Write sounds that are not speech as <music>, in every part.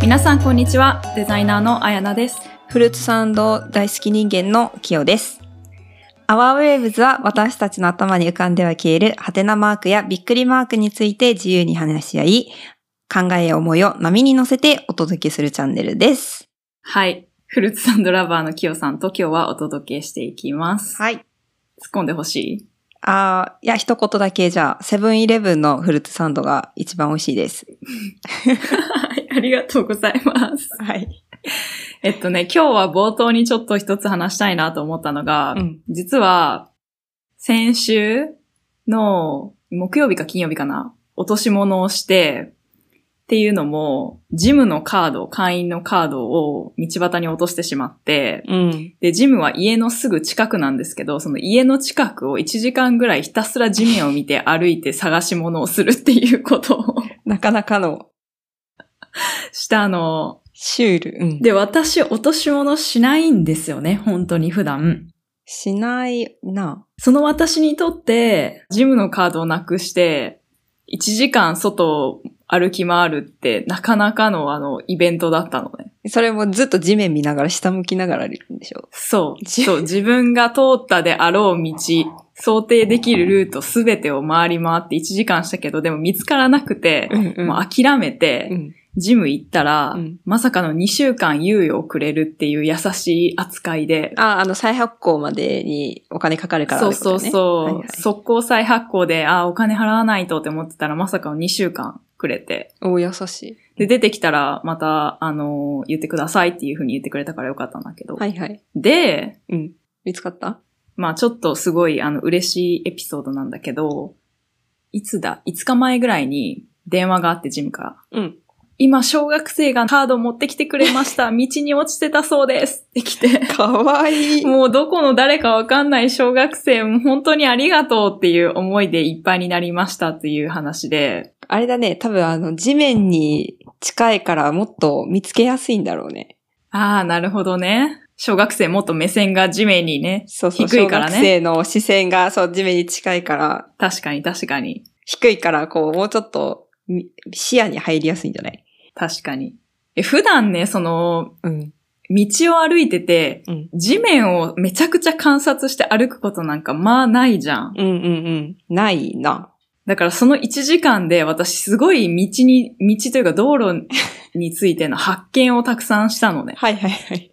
皆さんこんにちはデザイナーのあやなですフルーツサンド大好き人間のキヨです。アワーウェーブズは私たちの頭に浮かんでは消えるハテナマークやびっくりマークについて自由に話し合い、考えや思いを波に乗せてお届けするチャンネルです。はいフルーツサンドラバーのきよさんと今日はお届けしていきます、はい。突っ込んでほしあーいや、一言だけじゃあ、セブンイレブンのフルーツサンドが一番美味しいです。い <laughs> はいありがとうございますはい。 <laughs> えっとね今日は冒頭にちょっと一つ話したいなと思ったのが、うん。実は先週の木曜日か金曜日かな落とし物をしてっていうのも、ジムのカード、会員のカードを道端に落としてしまって、うん。で、ジムは家のすぐ近くなんですけど、その家の近くを1時間ぐらいひたすら地面を見て歩いて探し物をするっていうことをなかなかのしたの。シュール。うん。で、私落とし物しないんですよね、本当に普段。しないな。その私にとって、ジムのカードをなくして、1時間外を歩き回るってなかなかのあの、イベントだったのね。それもずっと地面見ながら、下向きながら歩くんでしょ。そう。じそう、自分が通ったであろう道、想定できるルートすべてを回り回って1時間したけど、でも見つからなくて、んうもう諦めうて、ん。ジム行ったら、うんまさかの2週間猶予をくれるっていう優しい扱いで、あ、あの、再発行までにお金かかるから、そうそうそう、はいはい速攻再発行で、あ、お金払わないとって思ってたら、まさかの2週間くれて、お、優しい。で、出てきたら、また、あの言ってくださいっていう風に言ってくれたからよかったんだけど。はいはい。で、うん。見つかったまあちょっとすごいあの嬉しいエピソードなんだけど、いつだ、5日前ぐらいに電話があってジムから。うん。今小学生がカード持ってきてくれました。道に落ちてたそうです。って来 <laughs> て。かわいい。もうどこの誰かわかんない小学生、もう本当にありがとうっていう思いでいっぱいになりましたっていう話で。あれだね、多分あの、地面に近いからもっと見つけやすいんだろうね。ああ、なるほどね。小学生もっと目線が地面にね。そうそう。低いからね小学生の視線が、そう、地面に近いから、確かに確かに。低いから、こう、もうちょっと、み視野に入りやすいんじゃない確かに。え普段ね、その、うん。道を歩いてて、うん地面をめちゃくちゃ観察して歩くことなんかまあないじゃん。うんうんうん。ないな。だからその1時間で私すごい道に、道というか道路についての発見をたくさんしたのね。はいはいはい。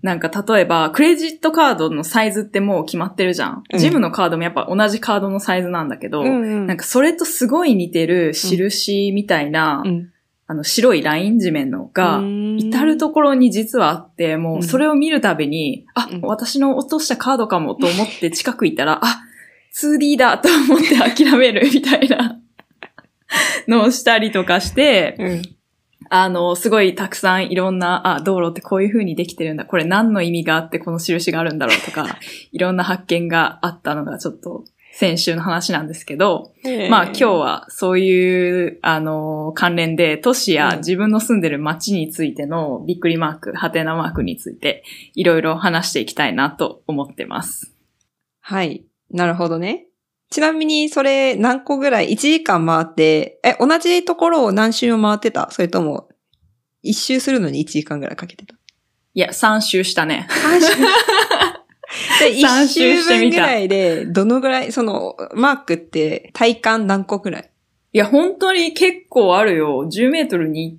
なんか例えば、クレジットカードのサイズってもう決まってるじゃん。うんジムのカードもやっぱ同じカードのサイズなんだけど、んなんかそれとすごい似てる印みたいな、うん、あの白いライン地面のが、至至るところに実はあって、もうそれを見るたびに、あうん、私の落としたカードかもと思って近く行ったら、あ、2D だと思って諦めるみたい <laughs> なのをしたりとかして、うん。あの、すごいたくさんいろんな、あ、道路ってこういう風にできてるんだ。これ何の意味があってこの印があるんだろうと <laughs> か、いろんな発見があったのがちょっと先週の話なんですけど、まあ今日はそういう、あのー関連で都市うやん自分の住んでる街についてのびっくりマーク、ハテナマークについていろいろ話していきたいなと思ってます。はい。なるほどね。ちなみに、それ何個ぐらい ?1 時間回って、え、同じところを何周も回ってたそれとも、1周するのに1時間ぐらいかけてたいや、3周したね。 ?3 周で、1三周周してみた分ぐらいで、どのぐらい、その、マークって体感何個ぐらい <laughs> いや、本当に結構あるよ。10メートルに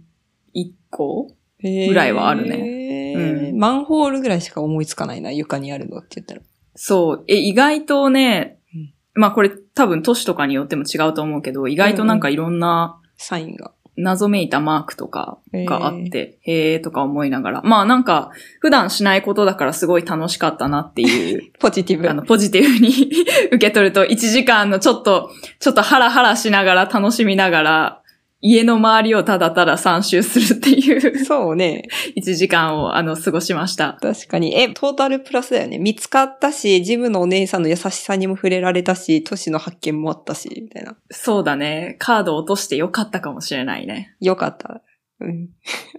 1個ぐらいはあるねうんマンホールぐらいしか思いつかないな、床にあるのって言ったら。そう。え、意外とねうん、まあこれ多分都市とかによっても違うと思うけど、意外となんかいろんなサインが。謎めいたマークとかがあって、へーとか思いながら。まあなんか、普段しないことだからすごい楽しかったなって <laughs> いう、ポジティブ。あの、ポジティブに <laughs> 受け取ると、1時間のちょっと、ちょっとハラハラしながら楽しみながら、家の周りをただただ3周するっていう <laughs> そうね。 1時間を、あの、過ごしました。確かに。え、トータルプラスだよね。見つかったし、ジムのお姉さんの優しさにも触れられたし、都市の発見もあったし、みたいな。そうだね。カード落としてよかったかもしれないね。よかった。うん。 <laughs>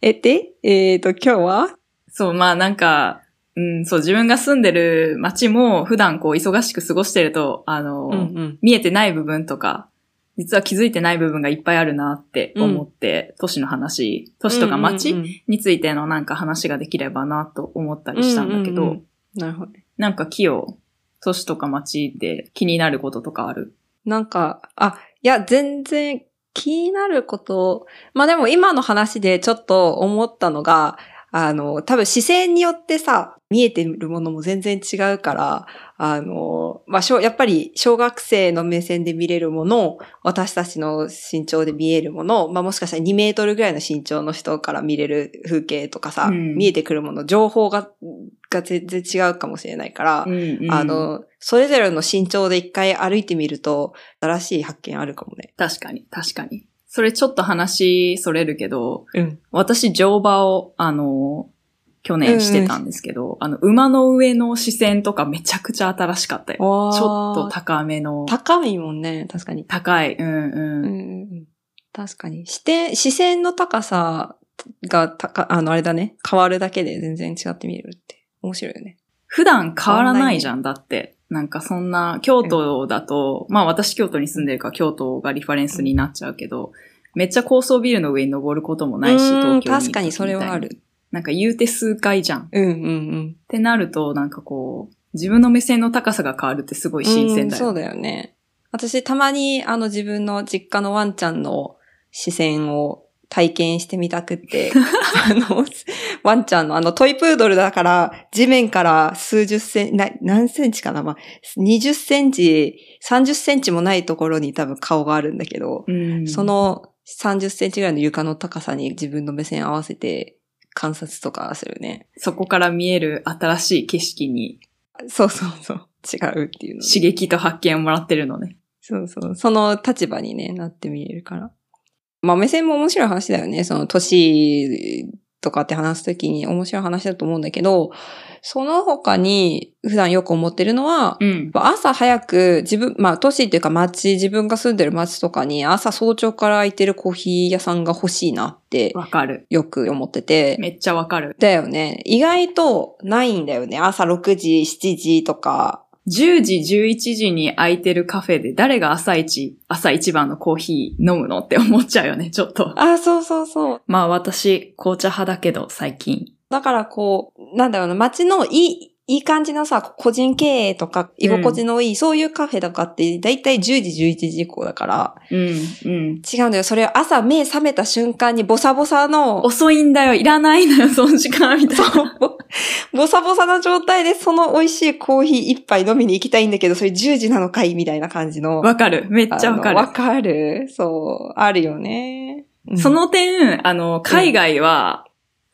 え、で、えっ、と、今日はそう、まあなんか、うん、そう、自分が住んでる街も、普段こう、忙しく過ごしてると、あの、ん。見えてない部分とか実は気づいてない部分がいっぱいあるなって思って、都市の話、都市とかうんう街んうんについてのなんか話ができればなと思ったりしたんだけど、うううんなるほど。なんか木を都市とか街で気になることとかある。なんか、あ、いや、全然気になること、まあでも今の話でちょっと思ったのが、あの、多分視線によってさ、見えてるものも全然違うから、あの、まあ、小やっぱり小学生の目線で見れるもの、私たちの身長で見えるもの、まあ、もしかしたら2メートルぐらいの身長の人から見れる風景とかさ、うん見えてくるもの、情報が、が全然違うかもしれないから、うんうんあ、の、それぞれの身長で一回歩いてみると、新しい発見あるかもね。確かに、確かに。それちょっと話それるけど、うん。私乗馬を、あの、去年してたんですけど、あの、馬の上の視線とかめちゃくちゃ新しかったよ。ちょちょっと高めの。高いもんね、確かに。高い。うんううんん。うんうん。確かに。視点、視線の高さが、たか、あの、あれだね。変わるだけで全然違って見えるって。面白いよね。普段変わらないじゃん、だって。なんかそんな、京都だと、まあ私京都に住んでるから京都がリファレンスになっちゃうけど、めっちゃ高層ビルの上に登ることもないし、う東京んにいる時みたいに。確かにそれはある。なんか言うて数回じゃん。っうんうんうん。てなると、なんかこう、自分の目線の高さが変わるってすごい新鮮だうよんそうね。だよね。私、たまに、あの、自分の実家のワンちゃんの視線を体験してみた <laughs> くって、あの、ワンちゃんの、あの、トイプードルだから、地面から数十センな何センチかなまあ、20センチ、30センチもないところに多分顔があるんだけど、うんそ、の30センチぐらいの床の高さに自分の目線合わせて観察とかするね。そこから見える新しい景色にそうそうそう。違うっていうので。刺激と発見をもらってるのね。そうそう。その立場にね、なってみれるから。まあ目線も面白い話だよね。その年とかって話すときに面白い話だと思うんだけど、その他に普段よく思ってるのは、うん。朝早く自分、まあ都市っていうか街、自分が住んでる街とかに朝早朝から空いてるコーヒー屋さんが欲しいなってわかる。よく思ってて。めっちゃわかる。だよね。意外とないんだよね。朝6時、7時とか、 10時、11時に空いてるカフェで誰が朝一、朝一番のコーヒー飲むのって思っちゃうよね、ちょっ <laughs> と。あ、そうそうそう。まあ私、紅茶派だけど、最近。だからこう、なんだろうな、街のいい、いい感じのさ、個人経営とか、居心地のいい、そういうカフェとかって、だいたい10時、11時以降だから、うん、うん。違うんだよ。それを朝目覚めた瞬間にボサボサの、遅いんだよ、いらないのよ、その時間、みたいな。そうボボサボサな状態で、その美味しいコーヒー一杯飲みに行きたいんだけど、それ10時なのかいみたいな感じの。わかる。めっちゃわかあのわる。かるそう、あるよね。うんそ、の点、あの、海外は、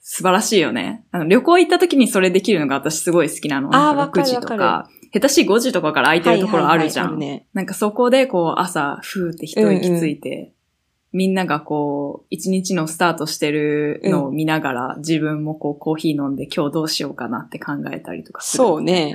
素晴らしいよね。あの、旅行行った時にそれできるのが私すごい好きなの。あーなんわかる6時わとかるか、下手しい5時とかから空いてるところあるじゃはいんはい。はいあるねなんかそこでこう朝、ふーって一息ついて、みんながこう、一日のスタートしてるのを見ながら、自分もこうコーヒー飲んで今日どうしようかなって考えたりとかする。そうね。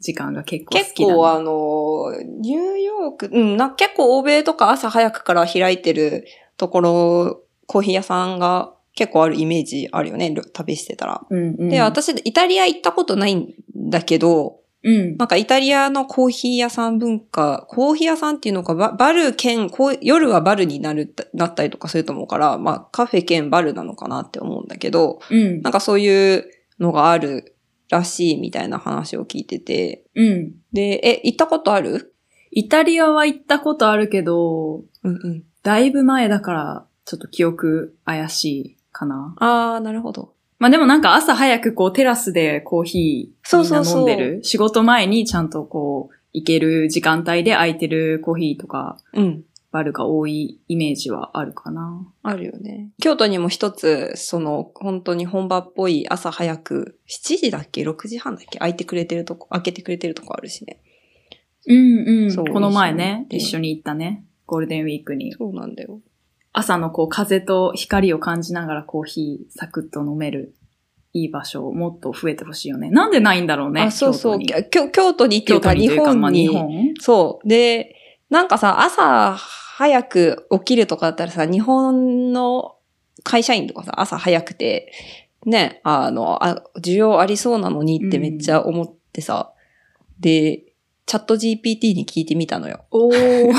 時間が結構好結きだ、ね。構あの、ニューヨーク、うん、な結構欧米とか朝早くから開いてるところ、コーヒー屋さんが結構あるイメージあるよね、旅旅してたら。うんうん、で、、私、イタリア行ったことないんだけど、うん。なんかイタリアのコーヒー屋さん文化、コーヒー屋さんっていうのか、ババル兼、こう夜はバルになる、なったりとかすると思うから、まあカフェ兼バルなのかなって思うんだけど、うんな。んかそういうのがあるらしいみたいな話を聞いてて、うん。で、え、行ったことあるイタリアは行ったことあるけど、うんうん。だいぶ前だから、ちょっと記憶怪しいかな。あー、なるほど。まあでもなんか朝早くこうテラスでコーヒーそうみんそなうそう飲んでる。仕事前にちゃんとこう行ける時間帯で空いてるコーヒーとかうん。バルが多いイメージはあるかな。あるよね。京都にも一つ、その、本当に本場っぽい朝早く、7時だっけ ?6 時半だっけ開いてくれてるとこ、開けてくれてるとこあるしね。うんうん。そうこの前ね、一緒に一緒に行ったね。ゴールデンウィークに。そうなんだよ。朝のこう風と光を感じながらコーヒーサクッと飲めるいい場所をもっと増えてほしいよね。なんでないんだろうね。あ、そうそう。京きょ京京都にっていう都か、に。京都にという日かま本あに。日本そう。で、なんかさ、朝早く起きるとかだったらさ、日本の会社員とかさ、朝早くて、ね、あの、あ需要ありそうなのにってめっちゃ思ってさ、で、チャット GPT に聞いてみたのよ。おー。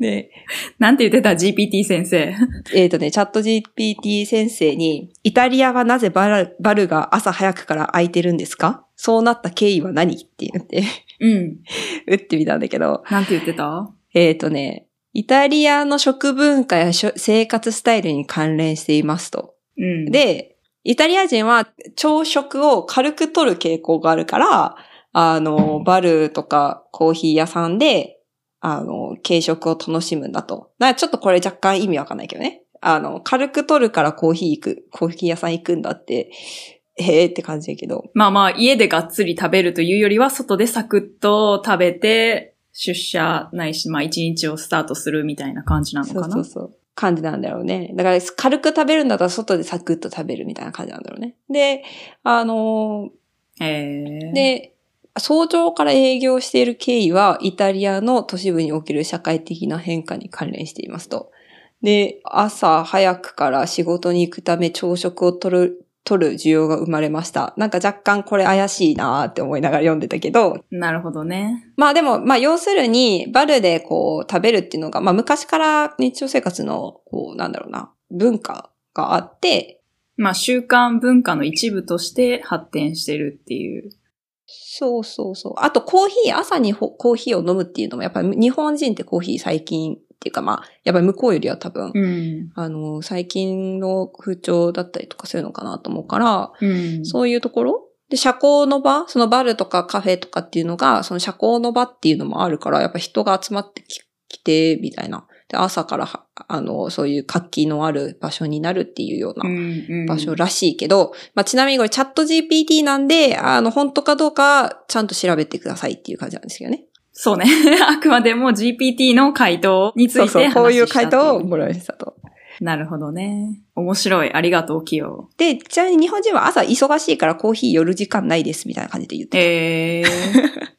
で、 <laughs> なんて言ってた ?GPT 先生。えっ、とね、チャット GPT 先生に、イタリアはなぜバルバルが朝早くから空いてるんですかそうなった経緯は何って言って、 <laughs> <laughs> うん。打ってみたんだけど、なんて言ってたえっ、とね、イタリアの食文化やしょ生活スタイルに関連していますと。うん。、で、イタリア人は朝食を軽く取る傾向があるから、あの、バルとかコーヒー屋さんで、あの、軽食を楽しむんだと。だからちょっとこれ若干意味わかんないけどね。あの、軽く取るからコーヒー行く、コーヒー屋さん行くんだって、へーって感じだけど。まあまあ、家でがっつり食べるというよりは、外でサクッと食べて、出社ないし、まあ一日をスタートするみたいな感じなのそかうな。そうそう。感じなんだろうね。だから、軽く食べるんだったら外でサクッと食べるみたいな感じなんだろうね。で、あのーへー、で、早朝から営業している経緯は、イタリアの都市部における社会的な変化に関連していますと。で、朝早くから仕事に行くため朝食を取る、取る需要が生まれました。なんか若干これ怪しいなーって思いながら読んでたけど、なるほどね。まあでも、まあ要するに、バルでこう食べるっていうのが、まあ昔から日常生活の、こうなんだろうな、文化があって、まあ習慣文化の一部として発展してるっていう。そうそうそう。あとコーヒー、朝にほコーヒーを飲むっていうのも、やっぱり日本人ってコーヒー最近っていうかまあ、やっぱり向こうよりは多分、うん。あの、最近の風潮だったりとかするのかなと思うから、うん。そういうところで、社交の場そのバルとかカフェとかっていうのが、その社交の場っていうのもあるから、やっぱ人が集まってききて、みたいな。で、朝からは、あの、そういう活気のある場所になるっていうようなうん場所らしいけど、まあ、ちなみにこれチャット GPT なんで、あの、本当かどうかちゃんと調べてくださいっていう感じなんですよね。そうね。 <laughs> あくまでも GPT の回答について話したこういう回答をともらいましたと。なるほどね。面白い。ありがとう、キヨ。で、ちなみに日本人は朝忙しいからコーヒー寄る時間ないですみたいな感じで言ってたえー、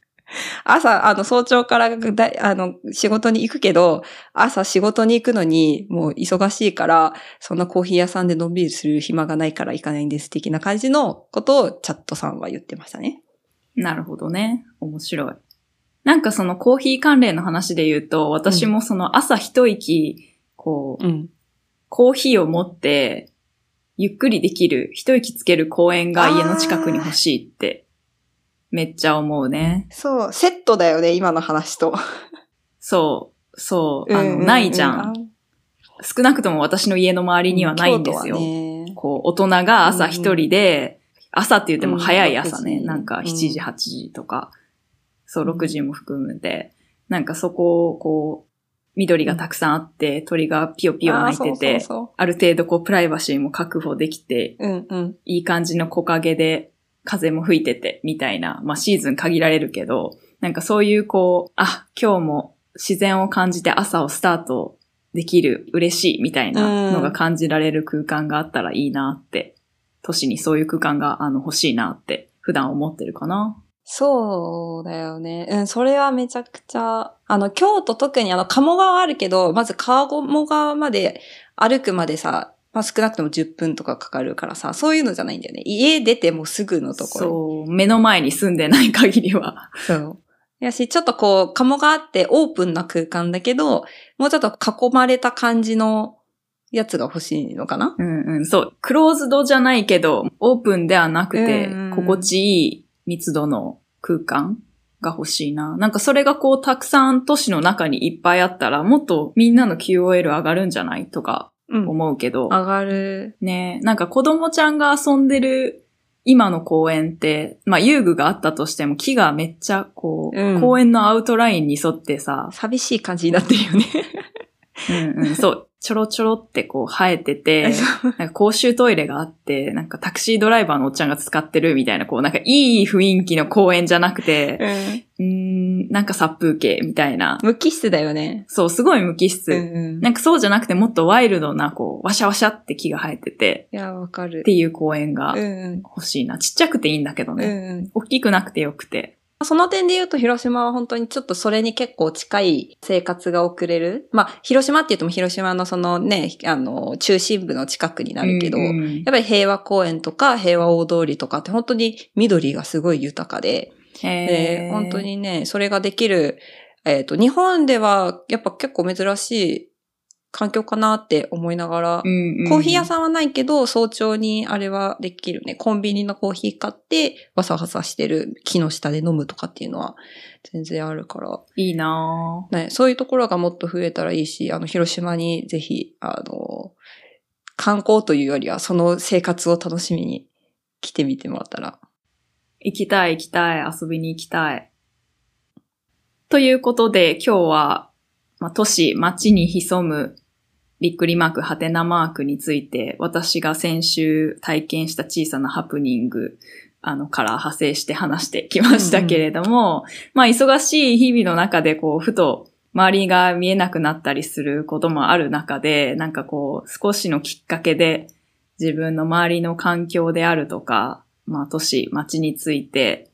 朝、あの、早朝からだい、あの、仕事に行くけど、朝仕事に行くのに、もう忙しいから、そんなコーヒー屋さんでのんびりする暇がないから行かないんです、的な感じのことをチャットさんは言ってましたね。なるほどね。面白い。なんかそのコーヒー関連の話で言うと、私もその朝一息、こう、ん。コーヒーを持って、ゆっくりできる、一息つける公園が家の近くに欲しいって、めっちゃ思うね。そう、セットだよね、今の話と。そう、そう、あううの、うないじゃん。。少なくとも私の家の周りにはないんですよ。京都はねこう、大人が朝一人で、朝って言っても早い朝ね、うんなんかうん7時、8時とか、そう、6時も含めて、なんかそこをこう、緑がたくさんあって、鳥がピヨピヨ鳴いてあーて、そうある程度こう、プライバシーも確保できて、そうそう。うんうん。いい感じの木陰で、風も吹いてて、みたいな、まあシーズン限られるけど、なんかそういうこう、あ、今日も自然を感じて朝をスタートできる、嬉しい、みたいなのが感じられる空間があったらいいなって、都市にそういう空間があの欲しいなって、普段思ってるかな。そうだよね。うん、それはめちゃくちゃ、あの、京都特にあの、鴨川あるけど、まず川鴨川まで歩くまでさ、まあ、少なくとも10分とかかかるからさ、そういうのじゃないんだよね。家出てもうすぐのところ。そう、目の前に住んでない限りは。そう。やし、ちょっとこう、鴨川ってオープンな空間だけど、もうちょっと囲まれた感じのやつが欲しいのかなうんうん、そう、クローズドじゃないけど、オープンではなくてうんうん、心地いい密度の空間が欲しいな。なんかそれがこう、たくさん都市の中にいっぱいあったら、もっとみんなの QOL 上がるんじゃないとかうん。思うけど、上がる。ねなんか子供ちゃんが遊んでる今の公園って、まあ遊具があったとしても木がめっちゃこう、うん公園のアウトラインに沿ってさ、寂しい感じになってるよね。うんうん、そう、ちょろちょろってこう生えて <laughs> て、なんか公衆トイレがあって、なんかタクシードライバーのおっちゃんが使ってるみたいな、こうなんかいい雰囲気の公園じゃなくて、うーうんん、なんか殺風景みたいな。無機質だよね。そう、すごい無機質。うんなんかそうじゃなくてもっとワイルドな、こう、ワシャワシャって木が生えてて、いや、わかるっ。ていう公園がうんうん欲しいな。ちっちゃくていいんだけどうね。んうん大きくなくてよくて。その点で言うと、広島は本当にちょっとそれに結構近い生活が送れる。まあ、広島って言っても広島のそのね、あの、中心部の近くになるけど、うんうやっんぱり平和公園とか平和大通りとかって本当に緑がすごい豊かで、へーで本当にね、それができる、えっ、と、日本ではやっぱ結構珍しい環境かなって思いながら、うんうんコーヒー屋さんはないけど、早朝にあれはできるね。コンビニのコーヒー買って、わさわさしてる木の下で飲むとかっていうのは全然あるから、いいなぁね、そういうところがもっと増えたらいいし、あの、広島にぜひ、あの、観光というよりは、その生活を楽しみに来てみてもらったら。行きたい行きたい、遊びに行きたい。ということで、今日は、まあ、都市、街に潜む、びっくりマーク、はてなマークについて、私が先週体験した小さなハプニング、あの、から派生して話してきましたけれども、まあ、忙しい日々の中で、こう、ふと、周りが見えなくなったりすることもある中で、なんかこう、少しのきっかけで、自分の周りの環境であるとか、まあ、都市、街について、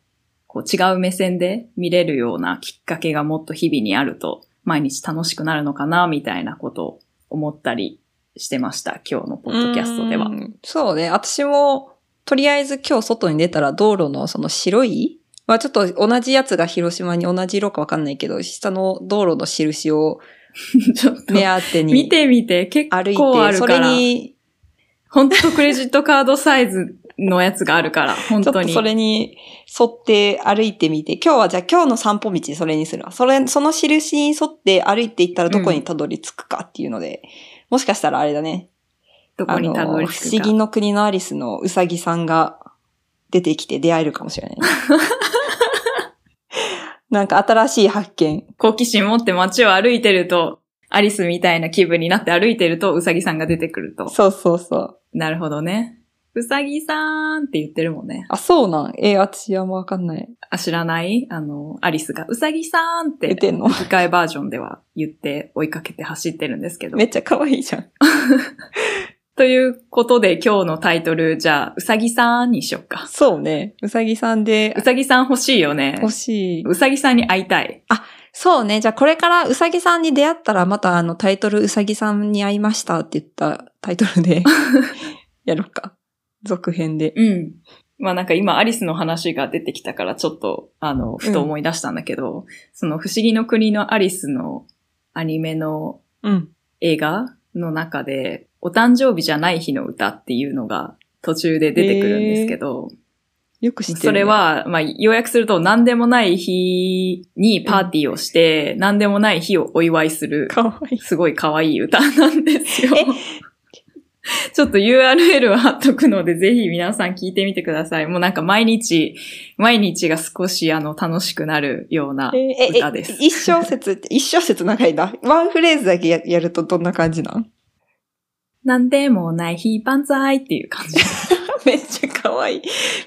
こう違う目線で見れるようなきっかけがもっと日々にあると、毎日楽しくなるのかな、みたいなことを思ったりしてました。今日のポッドキャストでは。ううんん。そうね。私も、とりあえず今日外に出たら道路のその白い、まあちょっと同じやつが広島に同じ色かわかんないけど、下の道路の印を <laughs> ちょっと、 <laughs> 目当てに見てみて、結構あ歩るいから。て、それに、本当クレジットカードサイズのやつがあるから、本ちょっ当とに。それに沿って歩いてみて、今日はじゃあ今日の散歩道それにするわ。それ、その印に沿って歩いていったらどこにたどり着くかっていうので、もしかしたらあれだね。どこあにの、たどり不着く思か。議の国のアリスのうさぎさんが出てきて出会えるかもし <laughs> れない。なんか新しい発見。好奇心持って街を歩いてると、アリスみたいな気分になって歩いてると、うさぎさんが出てくると。そうそうそう。なるほどね。うさぎさーんって言ってるもんね。あ、そうなん。えー、私はもうわかんない。あ、知らないあの、アリスがうさぎさーんっ出て、てんの。 <laughs> 吹き替えバージョンでは言って追いかけて走ってるんですけどめ。っちゃ可愛いじゃん。ということで今日のタイトル、じゃあ、うさぎさーんにしよっか。そうね。うさぎさんでうさぎさん欲しいよね。欲しい。うさぎさんに会いたい。そうね。じゃあこれからうさぎさんに出会ったらまたあのタイトルうさぎさんに会いましたって言ったタイトル <laughs> でやろうか。続編で。うん。まあなんか今アリスの話が出てきたからちょっと、あの、ふと思い出したんだけど、その不思議の国のアリスのアニメのうん。映画の中で、お誕生日じゃない日の歌っていうのが途中で出てくるんですけど、よく知ってる、ね。それ、は、まあ、要約すると何でもない日にパーティーをして、何でもない日をお祝いする、かわいい。 <laughs> すごい可愛い歌なんですよえ。ちょっと URL は貼っとくので、ぜひ皆さん聞いてみてください。もうなんか毎日、毎日が少しあの、楽しくなるような。えー、え、歌ですえ、一小節って、一小節長いな。ワンフレーズだけややるとどんな感じなん何でもない日万歳っていう感じ。 <laughs> めっちゃ可愛い。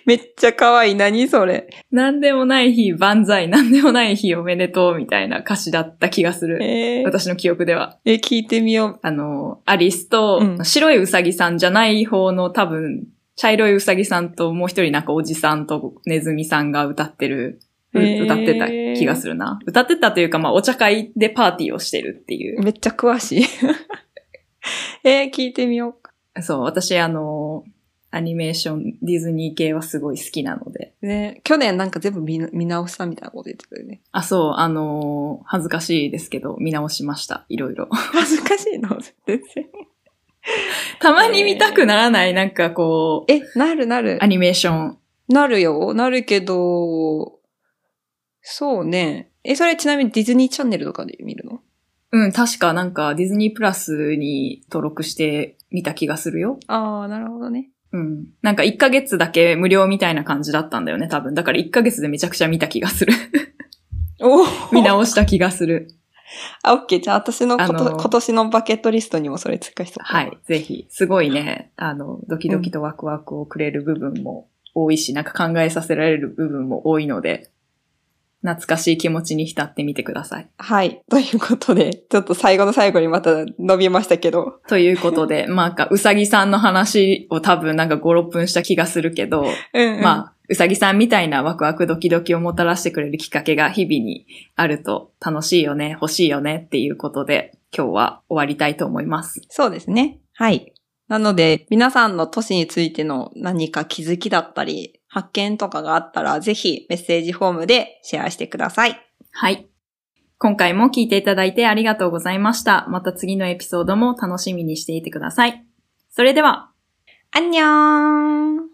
めっちゃ可愛い。何それ。何でもない日万歳、何でもない日おめでとうみたいな歌詞だった気がする。えー、私の記憶では。え、聞いてみよう。あの、アリスと、うん白いウサギさんじゃない方の多分、茶色いウサギさんともう一人なんかおじさんとネズミさんが歌ってる、うへー歌ってた気がするな。歌ってたというか、まあ、お茶会でパーティーをしてるっていう。めっちゃ詳しい。 <laughs> えー、聞いてみよう。そう、私あの、アニメーション、ディズニー系はすごい好きなので。ね、去年なんか全部見見直したみたいなこと言ってたよね。あ、そう、あの、恥ずかしいですけど、見直しました。いろいろ。恥ずかしいの全然。たまに見たくならない、なんかこう、え、なるなるア。ニメーション。なるよ。なるけど、そうね。え、それちなみにディズニーチャンネルとかで見るのうん、確かなんかディズニープラスに登録してみた気がするよ。ああ、なるほどね。うん。なんか1ヶ月だけ無料みたいな感じだったんだよね、多分。だから1ヶ月でめちゃくちゃ見た気がする。お見直した気がする。あ、オッケー。じゃあ私のこと、あのー今年のバケットリストにもそれ追加しとこうはい。、ぜひ。すごいね、あの、ドキドキとワクワクをくれる部分も多いし、なんか考えさせられる部分も多いので、懐かしい気持ちに浸ってみてください。はい。ということで、ちょっと最後の最後にまた伸びましたけど。ということで、まあなんか、うさぎさんの話を多分なんか5、6分した気がするけど、う <laughs> ん、まあ、うさぎさんみたいなワクワクドキドキをもたらしてくれるきっかけが日々にあると楽しいよね、欲しいよねっていうことで今日は終わりたいと思います。そうですね。はい。なので、皆さんの都市についての何か気づきだったり、発見とかがあったら、ぜひメッセージフォームでシェアしてください。はい。今回も聞いていただいてありがとうございました。また次のエピソードも楽しみにしていてください。それでは、アンニョーン